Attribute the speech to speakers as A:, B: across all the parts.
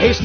A: es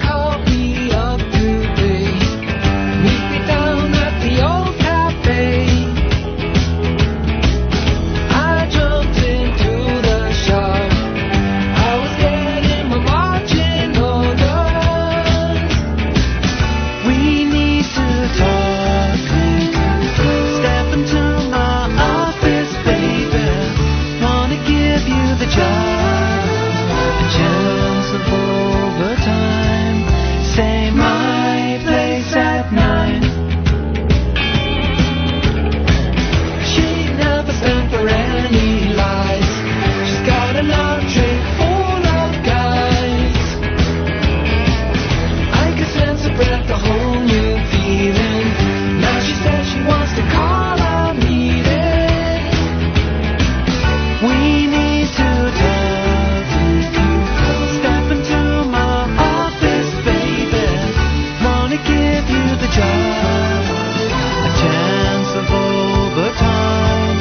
B: called me up today, meet me down at the old cafe. I jumped into the shop. I was getting my marching orders. We need to talk. Step into my office, baby. Wanna give you the job. A chance of overtime. Say my place at nine. She never stand for any lies. She's got an archery full of guys. I could sense her breath, a whole new feeling. Now she says she wants to call a meeting. We need to talk. Step into my office, baby. Wanna give you the job. A chance of overtime.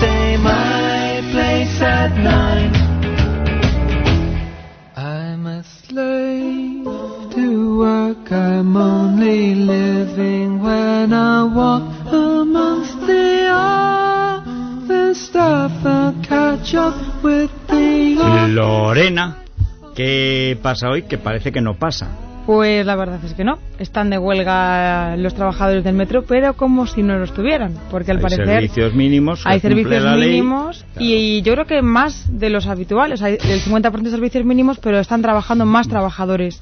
B: Say my place at nine. I'm a slave to work. I'm only living when I walk amongst the office staff. I'll catch up with the
A: Lorena, ¿qué pasa hoy? Que parece que no pasa.
C: Pues la verdad es que no. Están de huelga los trabajadores del metro, pero como si no lo estuvieran, porque al
A: hay
C: parecer
A: servicios mínimos.
C: hay
A: se cumple
C: servicios
A: la ley.
C: mínimos y yo creo que más de los habituales. Hay el 50% de servicios mínimos, pero están trabajando más trabajadores.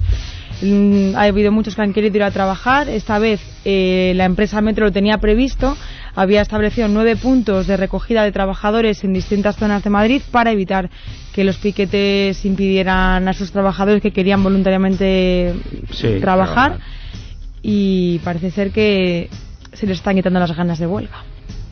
C: Mm, Ha habido muchos que han querido ir a trabajar. Esta vez eh, la empresa Metro lo tenía previsto. Había establecido nueve puntos de recogida de trabajadores en distintas zonas de Madrid para evitar que los piquetes impidieran a sus trabajadores que querían voluntariamente
A: Sí,
C: trabajar.
A: trabajar.
C: Y parece ser que se les están quitando las ganas de huelga.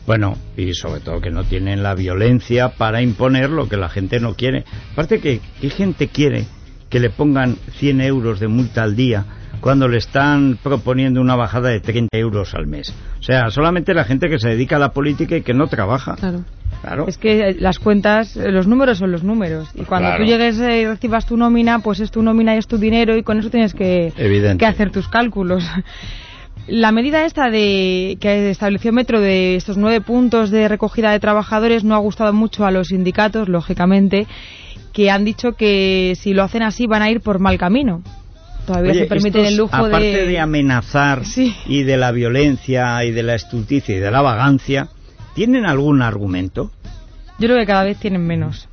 A: Bueno, y sobre todo que no tienen la violencia para imponer lo que la gente no quiere. Aparte que, ¿qué gente quiere que le pongan 100 euros de multa al día cuando le están proponiendo una bajada de 30 euros al mes? O sea, solamente la gente que se dedica a la política y que no trabaja.
C: Claro.
A: Claro.
C: Es que eh, las cuentas, eh, los números son los números. Y cuando
A: Claro.
C: tú llegues eh, y recibas tu nómina, pues es tu nómina y es tu dinero y con eso tienes que,
A: Evidente.
C: que hacer tus cálculos. La medida esta de que estableció Metro de estos nueve puntos de recogida de trabajadores no ha gustado mucho a los sindicatos, lógicamente, que han dicho que si lo hacen así van a ir por mal camino. Todavía
A: Oye,
C: se permiten
A: estos,
C: el lujo
A: aparte de... amenazar
C: Sí.
A: y de la violencia y de la estulticia y de la vagancia, ¿tienen algún argumento?
C: Yo creo que cada vez tienen menos.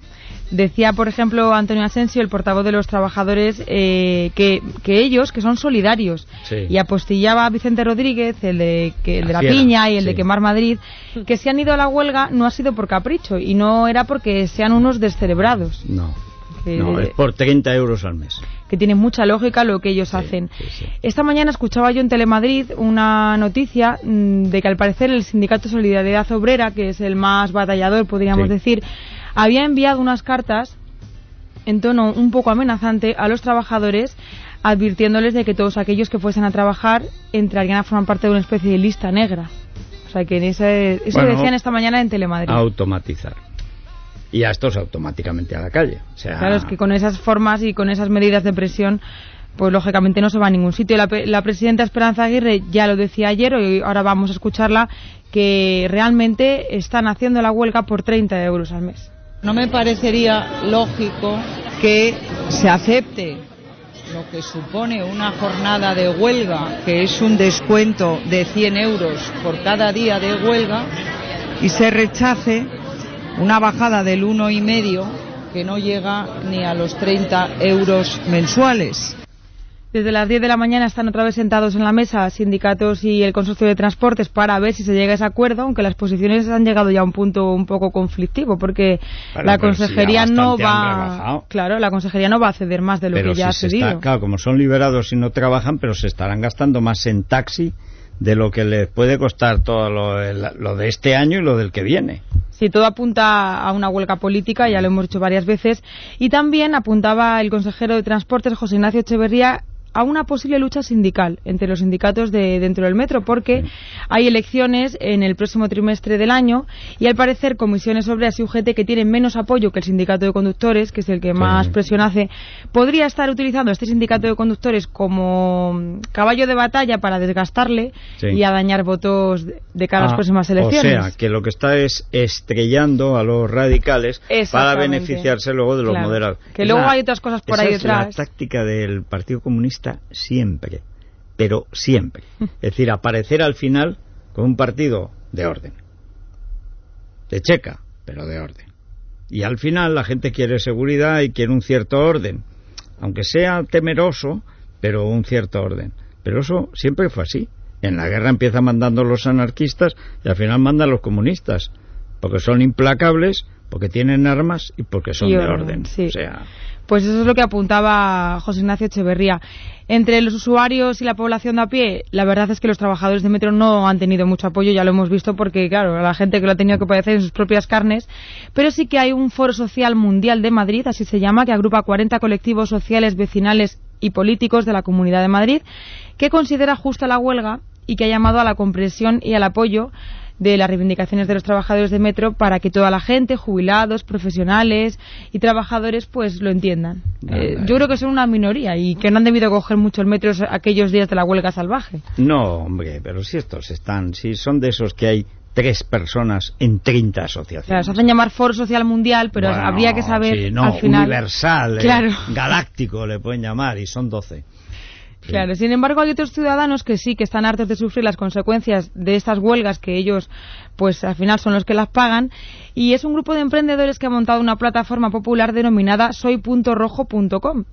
C: Decía, por ejemplo, Antonio Asensio, el portavoz de los trabajadores, eh, que, que ellos, que son solidarios,
A: Sí.
C: y apostillaba a Vicente Rodríguez, el de, que- el de la
A: Así era,
C: piña y el
A: sí.
C: de quemar Madrid, que si han ido a la huelga no ha sido por capricho y no era porque sean unos descerebrados,
A: No.
C: que,
A: No, es por 30 euros al mes.
C: que tiene mucha lógica lo que ellos hacen.
A: sí, sí.
C: Esta mañana escuchaba yo en Telemadrid una noticia mm, de que al parecer el sindicato Solidaridad Obrera, que es el más batallador, podríamos
A: Sí.
C: decir, había enviado unas cartas en tono un poco amenazante a los trabajadores advirtiéndoles de que todos aquellos que fuesen a trabajar entrarían a formar parte de una especie de lista negra. O sea que en ese, eso
A: Bueno,
C: decían esta mañana en Telemadrid.
A: Automatizar. Y a estos automáticamente a la calle. O sea,
C: Claro, es que con esas formas y con esas medidas de presión, pues lógicamente no se va a ningún sitio. La, pe- la presidenta Esperanza Aguirre ya lo decía ayer y ahora vamos a escucharla, que realmente están haciendo la huelga por 30 euros al mes.
D: No me parecería lógico que se acepte lo que supone una jornada de huelga, que es un descuento de 100 euros por cada día de huelga, y se rechace una bajada del uno y medio que no llega ni a los 30 euros mensuales.
C: Desde las 10 de la mañana están otra vez sentados en la mesa sindicatos y el consorcio de transportes para ver si se llega a ese acuerdo, aunque las posiciones han llegado ya a un punto un poco conflictivo, porque
A: Bueno,
C: la
A: pero si ya
C: consejería no
A: bastante han
C: va,
A: rebajado.
C: claro, la consejería no va a ceder más de lo
A: pero
C: que ya
A: si se
C: ha cedido.
A: está- claro, como son liberados y no trabajan, pero se estarán gastando más en taxi de lo que les puede costar todo lo, el- lo de este año y lo del que viene.
C: Sí, todo apunta a una huelga política, ya lo hemos dicho varias veces, y también apuntaba el consejero de Transportes, José Ignacio Echeverría, a una posible lucha sindical entre los sindicatos de dentro del metro, porque hay elecciones en el próximo trimestre del año y al parecer comisiones obreras y UGT que tienen menos apoyo que el sindicato de conductores, que es el que más presión hace, podría estar utilizando este sindicato de conductores como mm, caballo de batalla para desgastarle
A: Sí.
C: y a dañar votos de- de cara a las
A: Ah,
C: próximas elecciones.
A: O sea, que lo que está es estrellando a los radicales para
C: Exactamente.
A: beneficiarse luego de los
C: Claro.
A: moderados.
C: Que
A: Es
C: luego
A: la-
C: hay otras cosas por
A: esa
C: ahí
A: es
C: detrás.
A: la táctica del Partido Comunista siempre, pero siempre. Es decir, aparecer al final con un partido de orden. De checa, pero de orden. Y al final la gente quiere seguridad y quiere un cierto orden. Aunque sea temeroso, pero un cierto orden. Pero eso siempre fue así. En la guerra empieza mandando los anarquistas y al final mandan los comunistas. Porque son implacables, porque tienen armas y porque son
C: Y
A: de
C: orden,
A: orden.
C: sí.
A: O sea,
C: Pues eso es lo que apuntaba José Ignacio Echeverría. Entre los usuarios y la población de a pie, la verdad es que los trabajadores de metro no han tenido mucho apoyo, ya lo hemos visto, porque, claro, la gente que lo ha tenido que padecer en sus propias carnes. Pero sí que hay un foro social mundial de Madrid, así se llama, que agrupa 40 colectivos sociales, vecinales y políticos de la Comunidad de Madrid, que considera justa la huelga y que ha llamado a la comprensión y al apoyo de las reivindicaciones de los trabajadores de metro para que toda la gente, jubilados, profesionales y trabajadores, pues lo entiendan.
A: Nada,
C: Eh,
A: eh.
C: yo creo que son una minoría y que no han debido coger mucho el metro aquellos días de la huelga salvaje.
A: no, hombre, pero si estos están, si son de esos que hay tres personas en 30 asociaciones.
C: Claro, se hacen llamar Foro Social Mundial, pero
A: Bueno,
C: habría que saber
A: sí, no,
C: al final.
A: universal, eh,
C: Claro.
A: galáctico le pueden llamar y son 12. Sí.
C: Claro, sin embargo hay otros ciudadanos que sí que están hartos de sufrir las consecuencias de estas huelgas que ellos pues al final son los que las pagan y es un grupo de emprendedores que ha montado una plataforma popular denominada soy.rojo.com.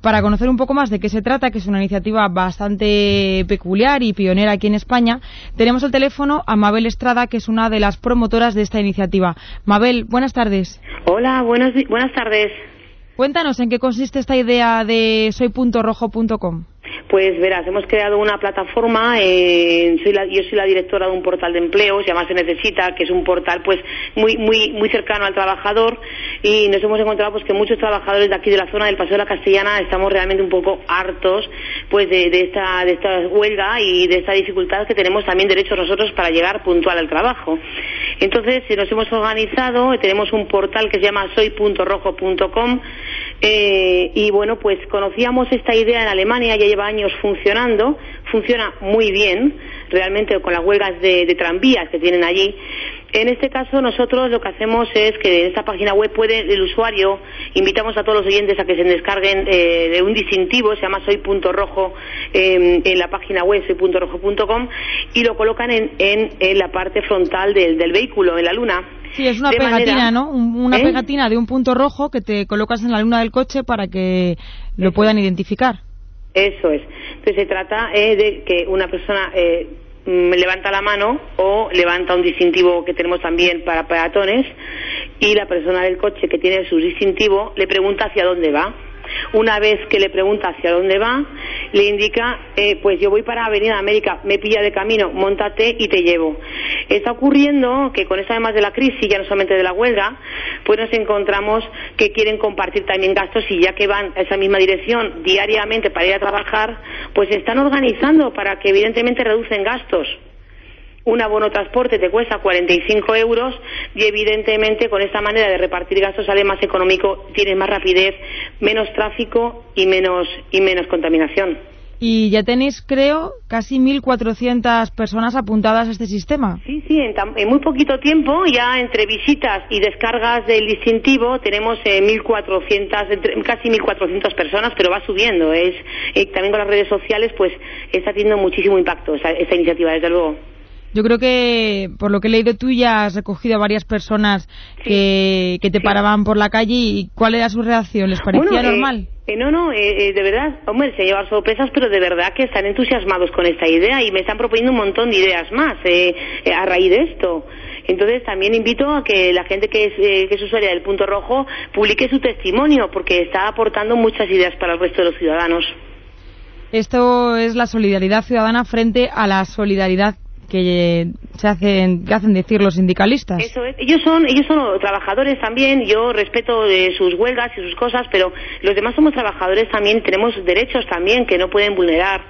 C: Para conocer un poco más de qué se trata, que es una iniciativa bastante peculiar y pionera aquí en España, tenemos al teléfono a Mabel Estrada, que es una de las promotoras de esta iniciativa. Mabel, buenas tardes.
E: Hola, buenas, buenas tardes.
C: Cuéntanos en qué consiste esta idea de soy.rojo.com.
E: Pues verás, hemos creado una plataforma, eh, soy la- yo soy la directora de un portal de empleo, se llama Se Necesita, que es un portal pues muy, muy, muy cercano al trabajador y nos hemos encontrado pues que muchos trabajadores de aquí de la zona del Paseo de la Castellana estamos realmente un poco hartos pues de, de esta, de esta huelga y de esta dificultad que tenemos también derechos nosotros para llegar puntual al trabajo. Entonces eh, nos hemos organizado, tenemos un portal que se llama soy.rojo.com eh, y bueno, pues conocíamos esta idea en Alemania, ya lleva años funcionando, funciona muy bien, realmente con las huelgas de, de tranvías que tienen allí. En este caso nosotros lo que hacemos es que en esta página web puede el usuario, invitamos a todos los oyentes a que se descarguen eh, de un distintivo, se llama Soy Punto Rojo eh, en la página web soypuntorrojo.com y lo colocan en, en- en la parte frontal del, del vehículo, en la luna.
C: Sí, es una
E: De
C: pegatina,
E: manera-
C: ¿no? Un- Una
E: ¿Eh?
C: pegatina de un punto rojo que te colocas en la luna del coche para que lo puedan identificar.
E: Eso es. Entonces se trata eh, de que una persona eh, mm, levanta la mano o levanta un distintivo que tenemos también para peatones y la persona del coche que tiene su distintivo le pregunta hacia dónde va. Una vez que le pregunta hacia dónde va, le indica, eh, pues yo voy para Avenida América, me pilla de camino, montate y te llevo. Está ocurriendo que con eso, además de la crisis, ya no solamente de la huelga, pues nos encontramos que quieren compartir también gastos y ya que van a esa misma dirección diariamente para ir a trabajar, pues se están organizando para que evidentemente reducen gastos. Un abono transporte te cuesta 45 euros y evidentemente con esta manera de repartir gastos sale más económico, tienes más rapidez, menos tráfico y menos, y menos contaminación.
C: Y ya tenéis, creo, casi 1.400 personas apuntadas a este sistema.
E: Sí, sí, en, tan- en muy poquito tiempo, ya entre visitas y descargas del distintivo, tenemos eh, 1.400, entre- casi 1.400 personas, pero va subiendo. Es, eh, también con las redes sociales, pues está teniendo muchísimo impacto esta, esta iniciativa, desde luego.
C: Yo creo que, por lo que he leído, tú ya has recogido a varias personas que, que te paraban por la calle y cuál era su reacción. ¿Les parecía
E: Bueno, eh,
C: normal?
E: eh, no, no, eh, eh, de verdad, hombre, se llevar sorpresas, pero de verdad que están entusiasmados con esta idea y me están proponiendo un montón de ideas más eh, eh, a raíz de esto. Entonces también invito a que la gente que es, eh, que es usuaria del Punto Rojo publique su testimonio porque está aportando muchas ideas para el resto de los ciudadanos.
C: Esto es la solidaridad ciudadana frente a la solidaridad que se hacen, que hacen decir los sindicalistas.
E: Eso es. Ellos son, ellos son trabajadores también. Yo respeto eh, sus huelgas y sus cosas, pero los demás somos trabajadores también. Tenemos derechos también que no pueden vulnerar.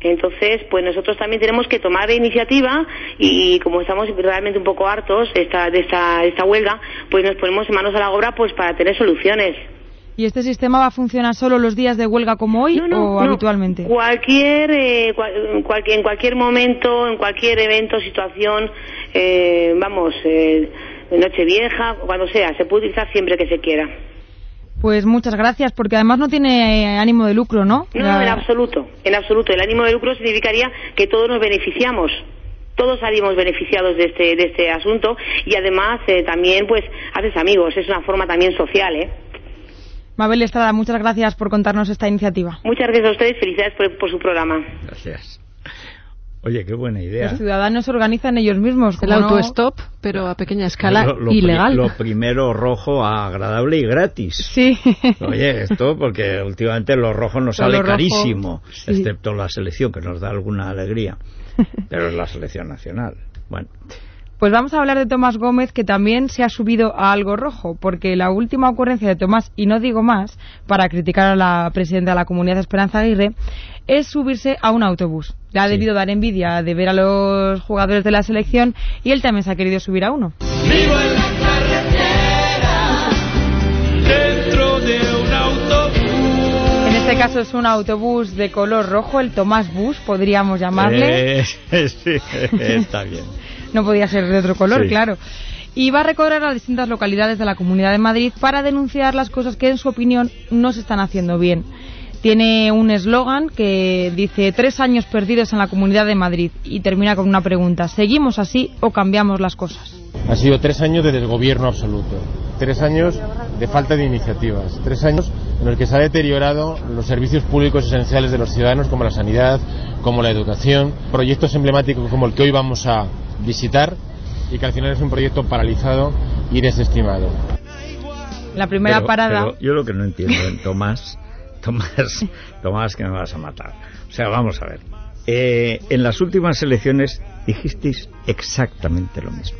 E: Entonces, pues nosotros también tenemos que tomar iniciativa y como estamos realmente un poco hartos de esta, de esta, de esta huelga, pues nos ponemos manos a la obra pues para tener soluciones.
C: ¿Y este sistema va a funcionar solo los días de huelga como hoy
E: No, no,
C: o
E: no.
C: habitualmente?
E: Cualquier, eh, cua- en cualquier- en cualquier momento, en cualquier evento, situación, eh, vamos, eh, noche vieja, cuando sea, se puede utilizar siempre que se quiera.
C: Pues muchas gracias, porque además no tiene eh, ánimo de lucro, ¿no?
E: No,
C: La-
E: en absoluto, en absoluto. El ánimo de lucro significaría que todos nos beneficiamos. Todos salimos beneficiados de este, de este asunto y además eh, también pues haces amigos, es una forma también social. ¿eh?
C: Mabel Estrada, muchas gracias por contarnos esta iniciativa.
E: Muchas gracias a ustedes, felicidades por, por su programa.
A: Gracias. Oye, qué buena idea.
C: Los ciudadanos se organizan ellos mismos.
F: El
C: como no-
F: autostop, pero a pequeña escala
A: Lo- lo pri-
F: ilegal.
A: Lo primero rojo a agradable y gratis.
C: Sí.
A: Oye, esto porque últimamente lo rojo nos
C: Pero
A: sale
C: lo rojo,
A: carísimo,
C: sí.
A: excepto la selección que nos da alguna alegría, pero es la selección nacional. Bueno,
C: Pues vamos a hablar de Tomás Gómez, que también se ha subido a algo rojo, porque la última ocurrencia de Tomás, y no digo más, para criticar a la presidenta de la comunidad Esperanza Aguirre, es subirse a un autobús. Le ha
A: Sí.
C: debido dar envidia de ver a los jugadores de la selección y él también se ha querido subir a uno.
B: Vivo en la carretera, dentro de un autobús.
C: En este caso es un autobús de color rojo, el Tomás Bus, podríamos llamarle.
A: Eh, sí, está bien.
C: No podía ser de otro color,
A: Sí.
C: claro. Y va a recorrer a distintas localidades de la Comunidad de Madrid para denunciar las cosas que, en su opinión, no se están haciendo bien. Tiene un eslogan que dice tres años perdidos en la Comunidad de Madrid y termina con una pregunta. ¿Seguimos así o cambiamos las cosas?
G: Han sido tres años de desgobierno absoluto, tres años de falta de iniciativas, tres años en los que se ha deteriorado los servicios públicos esenciales de los ciudadanos como la sanidad, como la educación, proyectos emblemáticos como el que hoy vamos a visitar y que al final es un proyecto paralizado y desestimado.
C: La primera
A: Pero-
C: parada...
A: pero yo lo que no entiendo en Tomás, Tomás, Tomás, que me vas a matar. O sea, vamos a ver. Eh, en las últimas elecciones dijisteis exactamente lo mismo.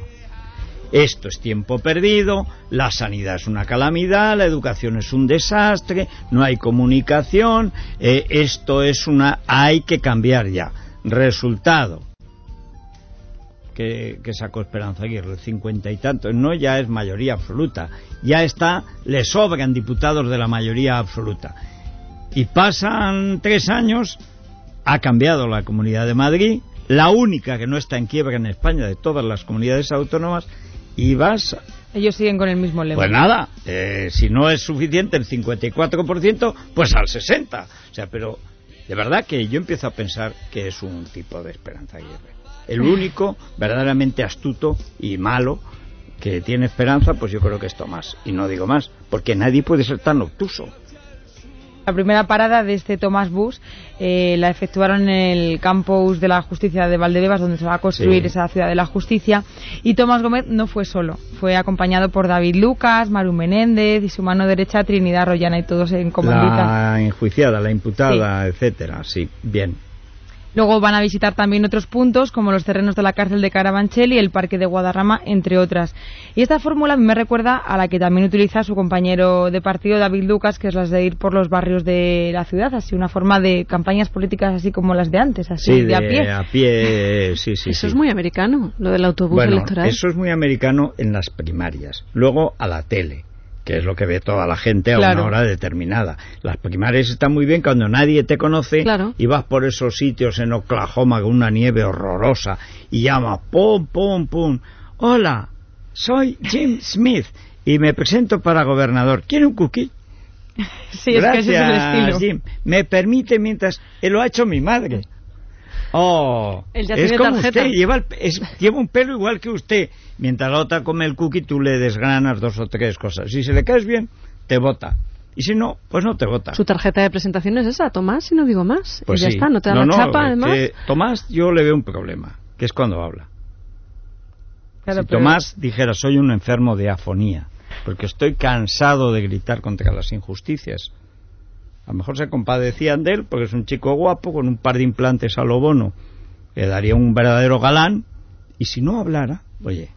A: Esto es tiempo perdido, la sanidad es una calamidad, la educación es un desastre, no hay comunicación, eh, esto es una... hay que cambiar ya. Resultado. Que, que sacó Esperanza Aguirre, el cincuenta y tanto, no ya es mayoría absoluta, ya está, le sobran diputados de la mayoría absoluta. Y pasan tres años, ha cambiado la Comunidad de Madrid, la única que no está en quiebra en España de todas las comunidades autónomas, y vas
C: Ellos siguen con el mismo lema.
A: pues nada, eh, si no es suficiente el 54%, pues al 60%. O sea, pero de verdad que yo empiezo a pensar que es un tipo de Esperanza Aguirre. El único verdaderamente astuto y malo que tiene esperanza, pues yo creo que es Tomás. Y no digo más, porque nadie puede ser tan obtuso.
C: La primera parada de este Tomás Bus eh, la efectuaron en el campus de la justicia de Valdebebas, donde se va a construir
A: Sí.
C: esa ciudad de la justicia. Y Tomás Gómez no fue solo, fue acompañado por David Lucas, Maru Menéndez y su mano derecha Trinidad Rollana y todos en comandita.
A: La enjuiciada, la imputada, etcétera. Sí, bien.
C: Luego van a visitar también otros puntos, como los terrenos de la cárcel de Carabanchel y el parque de Guadarrama, entre otras. Y esta fórmula me recuerda a la que también utiliza su compañero de partido, David Lucas, que es las de ir por los barrios de la ciudad, así una forma de campañas políticas así como las de antes, así
A: Sí,
C: de, a pie.
A: a pie, sí, sí.
F: Eso
A: sí.
F: es muy americano, lo del autobús
A: Bueno,
F: electoral.
A: eso es muy americano en las primarias. Luego a la tele, que es lo que ve toda la gente a
C: Claro.
A: una hora determinada. Las primarias están muy bien cuando nadie te conoce
F: Claro.
A: y vas por esos sitios en Oklahoma con una nieve horrorosa y llama pum, pum, pum. Hola, soy Jim Smith y me presento para gobernador. ¿Quiere un cookie?
C: Sí,
A: Gracias,
C: es que ese es el estilo.
A: Jim. Me permite mientras eh, lo ha hecho mi madre. Oh,
F: Él ya
A: es
F: tiene
A: como
F: tarjeta.
A: usted, lleva, el pe- es- lleva un pelo igual que usted. Mientras la otra come el cookie, tú le desgranas dos o tres cosas. Si se le caes bien, te vota. Y si no, pues no te vota.
F: Su tarjeta de presentación es esa, Tomás, y no digo más.
A: Pues
F: y ya está, no te da la chapa,
A: es
F: además.
A: que Tomás, yo le veo un problema, que es cuando habla.
C: Claro,
A: si
C: pero-
A: Tomás dijera, soy un enfermo de afonía, porque estoy cansado de gritar contra las injusticias. A lo mejor se compadecían de él porque es un chico guapo con un par de implantes a lo bono le daría un verdadero galán y si no hablara, oye,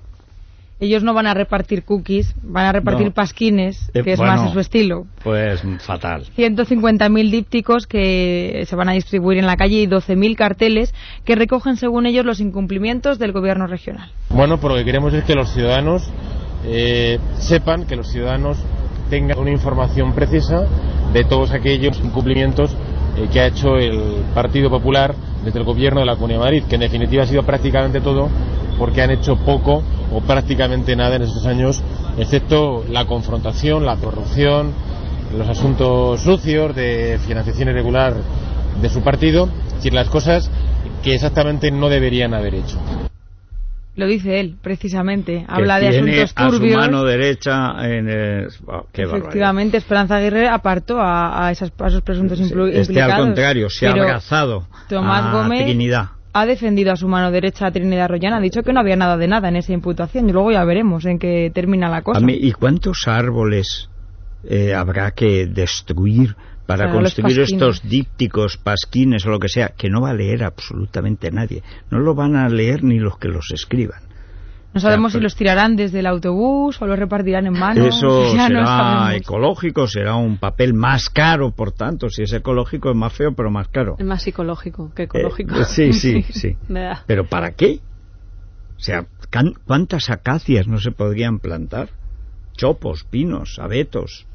C: Ellos no van a repartir cookies, van a repartir
A: No.
C: pasquines, que
A: Eh,
C: es
A: bueno.
C: más a su estilo.
A: pues fatal.
C: 150.000 dípticos que se van a distribuir en la calle y 12.000 carteles que recogen, según ellos, los incumplimientos del gobierno regional.
G: Bueno, pero lo que queremos es que los ciudadanos eh, sepan, que los ciudadanos tengan una información precisa de todos aquellos incumplimientos eh, que ha hecho el Partido Popular desde el gobierno de la Comunidad de Madrid, que en definitiva ha sido prácticamente todo porque han hecho poco o prácticamente nada en estos años, excepto la confrontación, la corrupción, los asuntos sucios de financiación irregular de su partido, es decir, las cosas que exactamente no deberían haber hecho.
C: Lo dice él, precisamente. Habla
A: que
C: de
A: tiene
C: asuntos turbios.
A: a su mano derecha en el- oh, qué barbaridad.
C: Efectivamente, Esperanza Aguirre apartó a, a esas- a esos presuntos implu- implicados.
A: Este al contrario, se ha
C: Pero
A: abrazado
C: Tomás
A: a
C: Gómez
A: Trinidad.
C: ha defendido a su mano derecha a Trinidad Rollana. Ha dicho que no había nada de nada en esa imputación. Y luego ya veremos en qué termina la cosa.
A: A mí, ¿Y cuántos árboles eh, habrá que destruir para
C: Para los
A: construir
C: pasquines.
A: estos dípticos, pasquines o lo que sea, que no va a leer absolutamente nadie? No lo van a leer ni los que los escriban.
C: No sabemos
A: Claro.
C: si los tirarán desde el autobús o los repartirán en mano.
A: Eso
C: ya Ah, no
A: será
C: sabemos.
A: ecológico, será un papel más caro, por tanto, si es ecológico es más feo, pero más caro.
C: Em.
F: Es más psicológico que ecológico.
A: Eh, sí, sí, sí.
F: Me da.
A: ¿Pero para qué? O sea, can- ¿cuántas acacias no se podrían plantar? Chopos, pinos, abetos.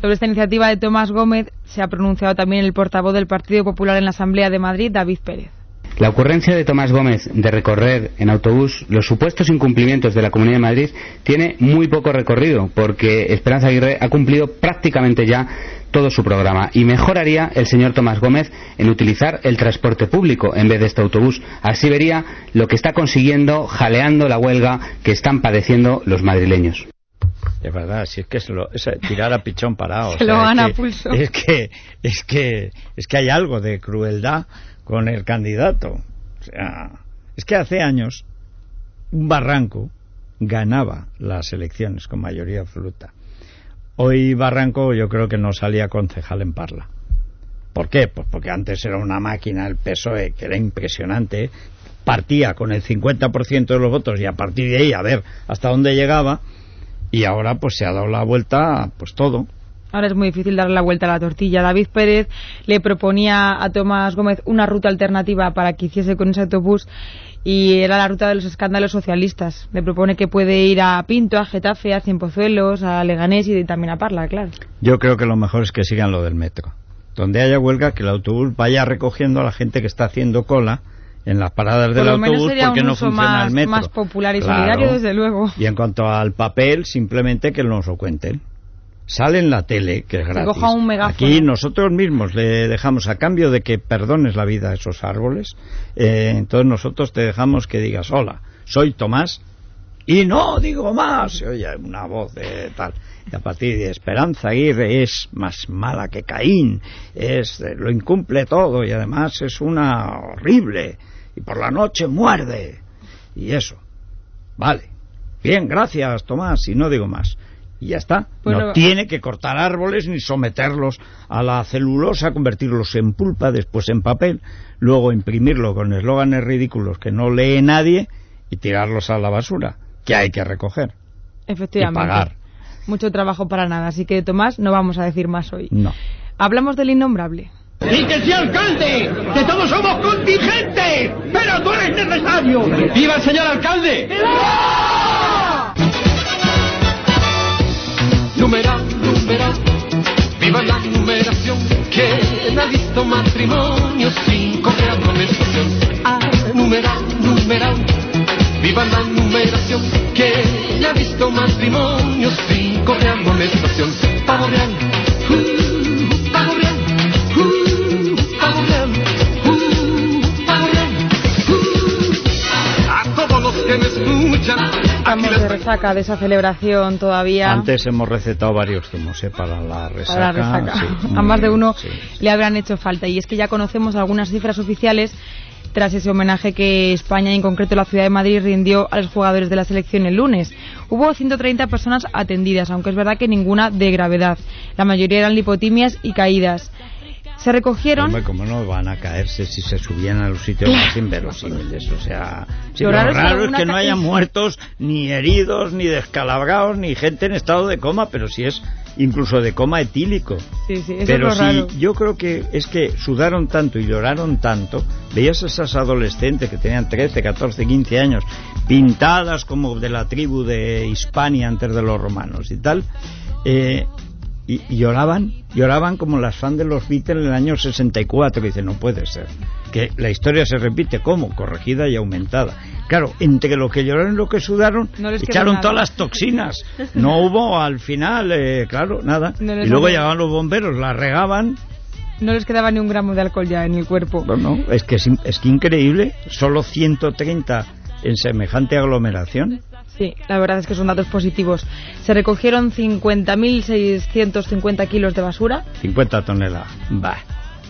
C: Sobre esta iniciativa de Tomás Gómez se ha pronunciado también el portavoz del Partido Popular en la Asamblea de Madrid, David Pérez.
H: La ocurrencia de Tomás Gómez de recorrer en autobús los supuestos incumplimientos de la Comunidad de Madrid tiene muy poco recorrido porque Esperanza Aguirre ha cumplido prácticamente ya todo su programa y mejoraría el señor Tomás Gómez en utilizar el transporte público en vez de este autobús. Así vería lo que está consiguiendo jaleando la huelga que están padeciendo los madrileños.
A: Es verdad, si es que es, lo- es tirar a pichón parado.
C: Se lo
A: es
C: van a
A: que-
C: pulso.
A: Es que, es, que, es que hay algo de crueldad con el candidato. O sea, es que hace años un barranco ganaba las elecciones con mayoría absoluta. Hoy Barranco yo creo que no salía concejal en Parla. ¿Por qué? Pues porque antes era una máquina el PSOE E, que era impresionante, partía con el 50% de los votos y a partir de ahí a ver hasta dónde llegaba y ahora pues se ha dado la vuelta pues todo.
C: Ahora es muy difícil darle la vuelta a la tortilla. David Pérez le proponía a Tomás Gómez una ruta alternativa para que hiciese con ese autobús y era la ruta de los escándalos socialistas. Le propone que puede ir a Pinto, a Getafe, a Ciempozuelos, a Leganés y también a Parla, claro.
A: Yo creo que lo mejor es que sigan lo del metro. Donde haya huelga que el autobús vaya recogiendo a la gente que está haciendo cola en las paradas
C: Por
A: del
C: lo menos
A: autobús
C: sería
A: porque
C: un
A: no
C: uso
A: funciona
C: más-
A: el metro.
C: más popular y solidario, desde luego.
A: Y en cuanto al papel, simplemente que nos lo cuenten. Sale en la tele, que es gratis.
C: coja un megáfono.
A: Aquí nosotros mismos le dejamos, a cambio de que perdones la vida a esos árboles, eh, entonces nosotros te dejamos que digas, hola, soy Tomás, y no digo más. Se oye una voz de tal. Y a partir de Esperanza Aguirre es más mala que Caín, es, eh, lo incumple todo y además es una horrible. Y por la noche muerde. Y eso. Vale. Bien, gracias Tomás, y no digo más. Y ya está.
C: Bueno,
A: no tiene que cortar árboles ni someterlos a la celulosa, convertirlos en pulpa, después en papel, luego imprimirlo con eslóganes ridículos que no lee nadie y tirarlos a la basura, que hay que recoger.
C: Efectivamente.
A: Y pagar.
C: Mucho trabajo para nada. Así que, Tomás, no vamos a decir más hoy.
A: No.
C: Hablamos del innombrable.
I: Y que sea alcalde, que todos somos contingentes, pero tú eres necesario. ¡Viva el señor alcalde! Numera, numera, viva la numeración, que ha visto matrimonio sin correa menstruación. Ah, numera, numera, viva la numeración, que ha visto matrimonio sin correa menstruación. Pavo real, uh, pavo real, uh, pavo real, uh, pavo real, uh. A todos los que me escuchan, aquí
C: Estamos
I: les
C: de resaca de esa celebración todavía.
A: Antes hemos recetado varios zumos, ¿eh? Para la resaca.
C: para la resaca.
A: sí, muy
C: a más de
A: bien,
C: uno
A: sí, sí.
C: le habrán hecho falta. Y es que ya conocemos algunas cifras oficiales tras ese homenaje que España, y en concreto la ciudad de Madrid, rindió a los jugadores de la selección el lunes. Hubo 130 personas atendidas, aunque es verdad que ninguna de gravedad. La mayoría eran lipotimias y caídas. se recogieron
A: Hombre, ¿cómo no van a caerse si se subían a los sitios más inverosímiles? O sea, si
C: Lo
A: lo,
C: raro
A: raro,
C: es que
A: es
C: alguna
A: que no
C: ca-
A: haya muertos, ni heridos, ni descalabrados, ni gente en estado de coma, pero si es incluso de coma etílico.
C: Sí, sí, eso
A: Pero
C: es
A: si
C: lo raro.
A: yo creo que es que sudaron tanto y lloraron tanto, veías a esas adolescentes que tenían 13, 14, 15 años, pintadas como de la tribu de Hispania antes de los romanos y tal, eh, y, y lloraban, lloraban como las fans de los Beatles en el año 64. Y dice, no puede ser. Que la historia se repite, ¿cómo? Corregida y aumentada. Claro, entre lo que lloraron y lo que sudaron,
C: No les quedó
A: echaron
C: nada.
A: todas las toxinas. No hubo al final, eh, claro, nada.
C: No les
A: y luego
C: había-
A: llegaban los bomberos, la regaban.
C: no les quedaba ni un gramo de alcohol ya en el cuerpo.
A: No, no, es que es, in- es que increíble. Solo 130 en semejante aglomeración.
C: Sí, la verdad es que son datos positivos. Se recogieron 50.650 kilos de basura
A: 50 toneladas. Bah,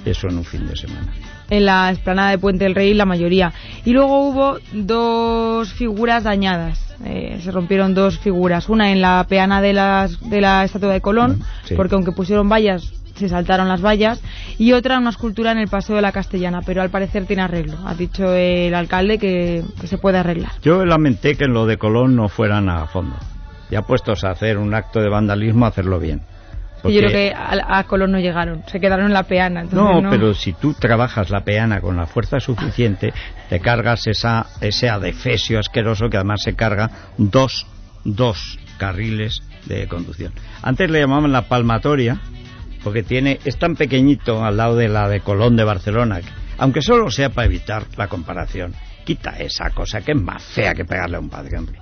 A: eso en un fin de semana.
C: en la explanada de Puente del Rey, la mayoría. Y luego hubo dos figuras dañadas. Eh, se rompieron dos figuras. Una en la peana de, las, de la estatua de Colón,
A: Mm, sí.
C: porque aunque pusieron vallas, se saltaron las vallas. Y otra en una escultura en el Paseo de la Castellana, pero al parecer tiene arreglo. Ha dicho el alcalde que, que se puede arreglar.
A: Yo lamenté que en lo de Colón no fueran a fondo. Ya puestos a hacer un acto de vandalismo, hacerlo bien.
C: Y Yo creo
A: Porque-
C: que a, a Colón no llegaron, se quedaron en la peana. entonces
A: No, pero si tú trabajas la peana con la fuerza suficiente, te cargas esa, ese adefesio asqueroso que además se carga dos, dos carriles de conducción. Antes le llamaban la palmatoria, porque tiene, es tan pequeñito al lado de la de Colón de Barcelona, que- aunque solo sea para evitar la comparación, quita esa cosa que es más fea que pegarle a un padre, hombre.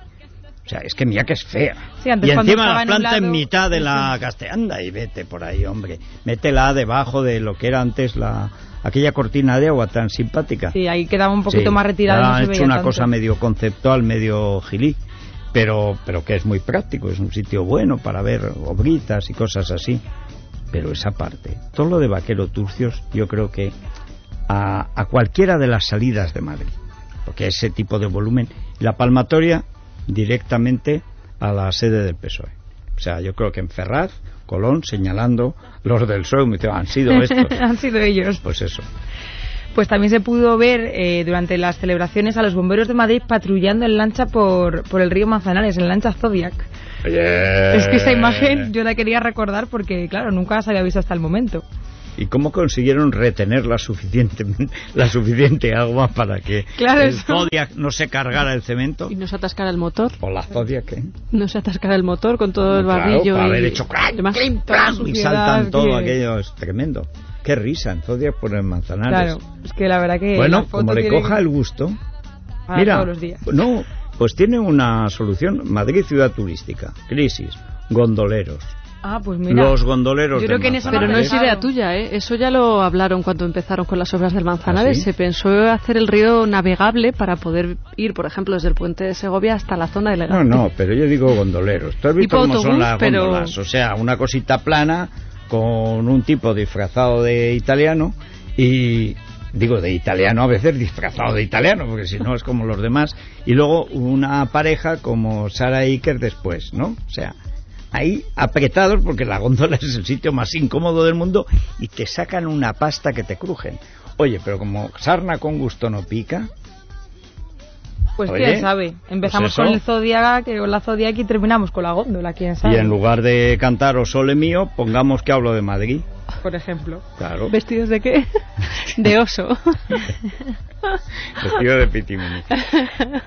A: O sea, es que mira que es fea.
C: Sí, antes
A: y
C: cuando
A: encima
C: estaba
A: la planta
C: nublado,
A: en mitad de la
C: eso.
A: caste. Anda y vete por ahí, hombre. Métela debajo de lo que era antes la aquella cortina de agua tan simpática.
C: Sí, ahí quedaba un poquito
A: Sí,
C: más retirado.
A: ahora
C: no se
A: han hecho
C: veía
A: una
C: tanto.
A: cosa medio conceptual, medio gilí, pero, pero que es muy práctico. Es un sitio bueno para ver obritas y cosas así. Pero esa parte, todo lo de Vaquero Turcios, yo creo que a, a cualquiera de las salidas de Madrid, porque ese tipo de volumen, la palmatoria directamente a la sede del PSOE. O sea, yo creo que en Ferraz, Colón, señalando los del PSOE, E, me dice, han sido estos.
C: Han sido ellos.
A: Pues eso.
C: Pues también se pudo ver eh, durante las celebraciones a los bomberos de Madrid patrullando en lancha por, por el río Manzanares, en lancha Zodiac. Es
A: Eh.
C: que esa imagen yo la quería recordar porque, claro, nunca se había visto hasta el momento.
A: ¿Y cómo consiguieron retener la suficiente, la suficiente agua para que
C: Claro,
A: el
C: eso.
A: Zodiac no se cargara el cemento?
F: Y nos atascara el motor.
A: ¿O la Zodiac? ¿eh?
F: Nos atascara el motor con todo el
A: Claro,
F: barrillo.
A: para
F: y
A: haber hecho crack,
F: demás.
A: clim,
F: Toda la
A: clam, y
F: suciedad
A: saltan todo
F: que-
A: aquello. Es tremendo. Qué risa en Zodiac por el Manzanares.
C: Claro, es que la verdad que. la
A: bueno,
C: foto
A: como le
C: tiene
A: coja el gusto.
C: para
A: mira,
C: todos los días.
A: no, pues tiene una solución. Madrid, ciudad turística, crisis, gondoleros.
C: Ah, pues mira.
A: Los gondoleros
C: Yo creo
A: del
C: que en este eso
A: Manzanares.
F: Pero no es
C: Claro.
F: idea tuya, ¿eh? Eso ya lo hablaron cuando empezaron con las obras del Manzanares.
A: ¿Ah, sí?
F: Se pensó hacer el río navegable para poder ir, por ejemplo, desde el puente de Segovia hasta la zona de
A: No,
F: Legazpi.
A: no, pero yo digo gondoleros. ¿Tú has
F: Tipo
A: visto cómo son
F: autobús,
A: las
F: pero-
A: góndolas? O sea, una cosita plana con un tipo disfrazado de italiano y digo de italiano a veces disfrazado de italiano porque si no es como los demás y luego una pareja como Sara Iker después, ¿no? O sea, ahí apretados porque la góndola es el sitio más incómodo del mundo y te sacan una pasta que te crujen. Oye, pero como sarna con gusto no pica,
C: Pues
A: Oye,
C: quién sabe.
A: pues
C: Empezamos
A: eso.
C: con el Zodiac, eh, con la Zodiac y terminamos con la góndola, quién sabe.
A: Y en lugar de cantar O Sole Mío, pongamos que hablo de Madrid.
C: Por ejemplo.
A: Claro,
F: ¿Vestidos de qué? De oso.
A: vestido de pitimini.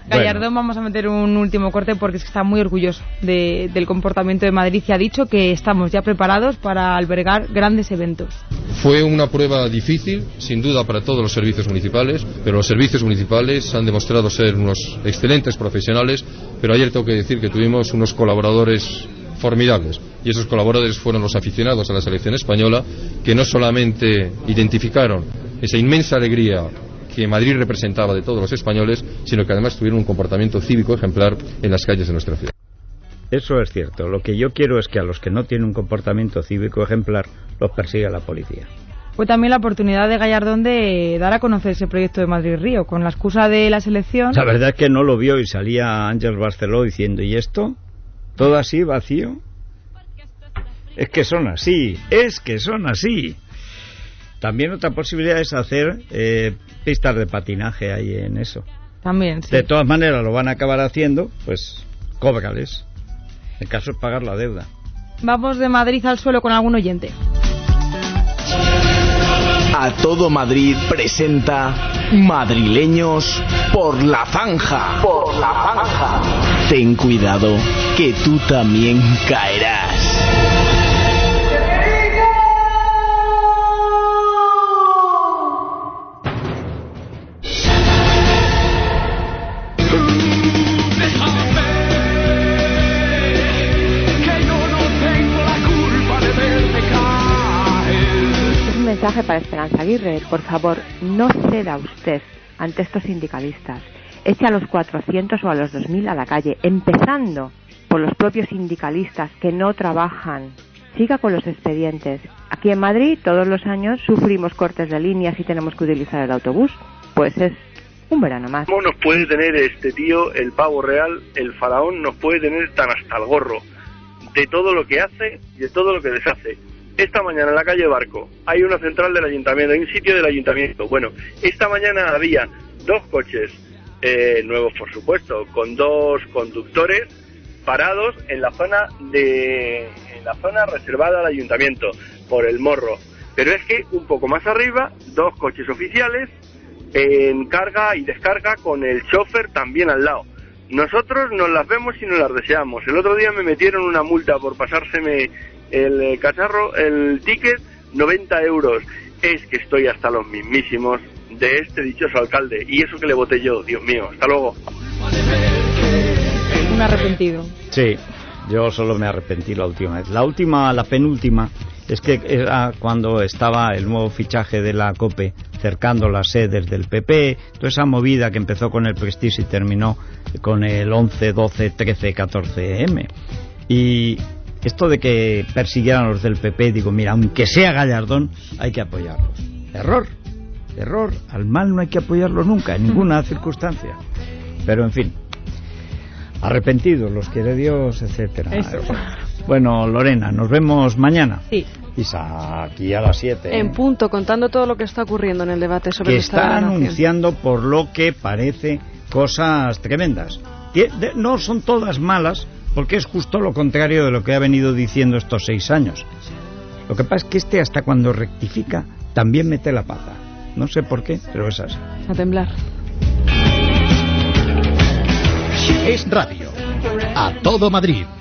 C: Gallardón vamos a meter un último corte porque es que está muy orgulloso de- del comportamiento de Madrid y ha dicho que estamos ya preparados para albergar grandes eventos.
J: Fue una prueba difícil, sin duda, para todos los servicios municipales, pero los servicios municipales han demostrado ser unos excelentes profesionales, pero ayer tengo que decir que tuvimos unos colaboradores formidables, y esos colaboradores fueron los aficionados a la selección española, que no solamente identificaron esa inmensa alegría que Madrid representaba de todos los españoles, sino que además tuvieron un comportamiento cívico ejemplar en las calles de nuestra ciudad.
A: Eso es cierto. Lo que yo quiero es que a los que no tienen un comportamiento cívico ejemplar los persiga la policía.
C: Fue también la oportunidad de Gallardón de dar a conocer ese proyecto de Madrid Río con la excusa de la selección.
A: La verdad es que no lo vio y salía Ángel Barceló diciendo, ¿y esto? ¿Todo así, vacío? Es que son así, es que son así. También otra posibilidad es hacer eh, pistas de patinaje ahí en eso.
C: También, sí.
A: De todas maneras lo van a acabar haciendo, pues cóbrales. El caso es pagar la deuda.
C: Vamos de Madrid al suelo con algún oyente.
H: A todo Madrid presenta Madrileños por la Zanja. Por la Zanja. Ten cuidado, que tú también caerás.
K: Es un mensaje para Esperanza Aguirre. Por favor, no ceda usted ante estos sindicalistas. Eche a los 400 o a los 2.000 a la calle, empezando por los propios sindicalistas que no trabajan. Siga con los expedientes. Aquí en Madrid todos los años sufrimos cortes de líneas y tenemos que utilizar el autobús. Pues es un verano más.
G: ¿Cómo nos puede tener este tío, el pavo real, el faraón, nos puede tener tan hasta el gorro de todo lo que hace y de todo lo que deshace? Esta mañana en la calle Barco hay una central del ayuntamiento, hay un sitio del ayuntamiento. Bueno, esta mañana había dos coches eh, nuevos, por supuesto, con dos conductores parados en la zona de en la zona reservada al ayuntamiento por el morro. Pero es que un poco más arriba, dos coches oficiales en carga y descarga con el chofer también al lado. Nosotros nos las vemos y nos las deseamos. El otro día me metieron una multa por pasárseme el eh, cacharro, el ticket, 90 euros. Es que estoy hasta los mismísimos de este dichoso alcalde. Y eso que le voté yo, Dios mío. Hasta luego.
C: Un arrepentido.
A: Sí, yo solo me arrepentí la última vez. La última, la penúltima, es que era cuando estaba el nuevo fichaje de la COPE cercando las sedes del PP, toda esa movida que empezó con el Prestige y terminó con el 11, 12, 13, 14M. Y esto de que persiguieran los del PP, digo, mira, aunque sea Gallardón, hay que apoyarlos. Error, error, al mal no hay que apoyarlo nunca, en ninguna circunstancia. Pero en fin, arrepentidos, los quiere Dios, etcétera.
L: Eso.
A: Bueno, Lorena, nos vemos mañana.
F: Sí.
A: Y sa- aquí a las 7.
F: En punto, contando todo lo que está ocurriendo en el debate sobre
A: que
F: el estado
A: está
F: de la nación.
A: anunciando por lo que parece cosas tremendas. Tie- de- No son todas malas, porque es justo lo contrario de lo que ha venido diciendo estos seis años. Lo que pasa es que este, hasta cuando rectifica, también mete la pata. No sé por qué, pero es así.
F: A temblar.
M: Es Radio. A todo Madrid.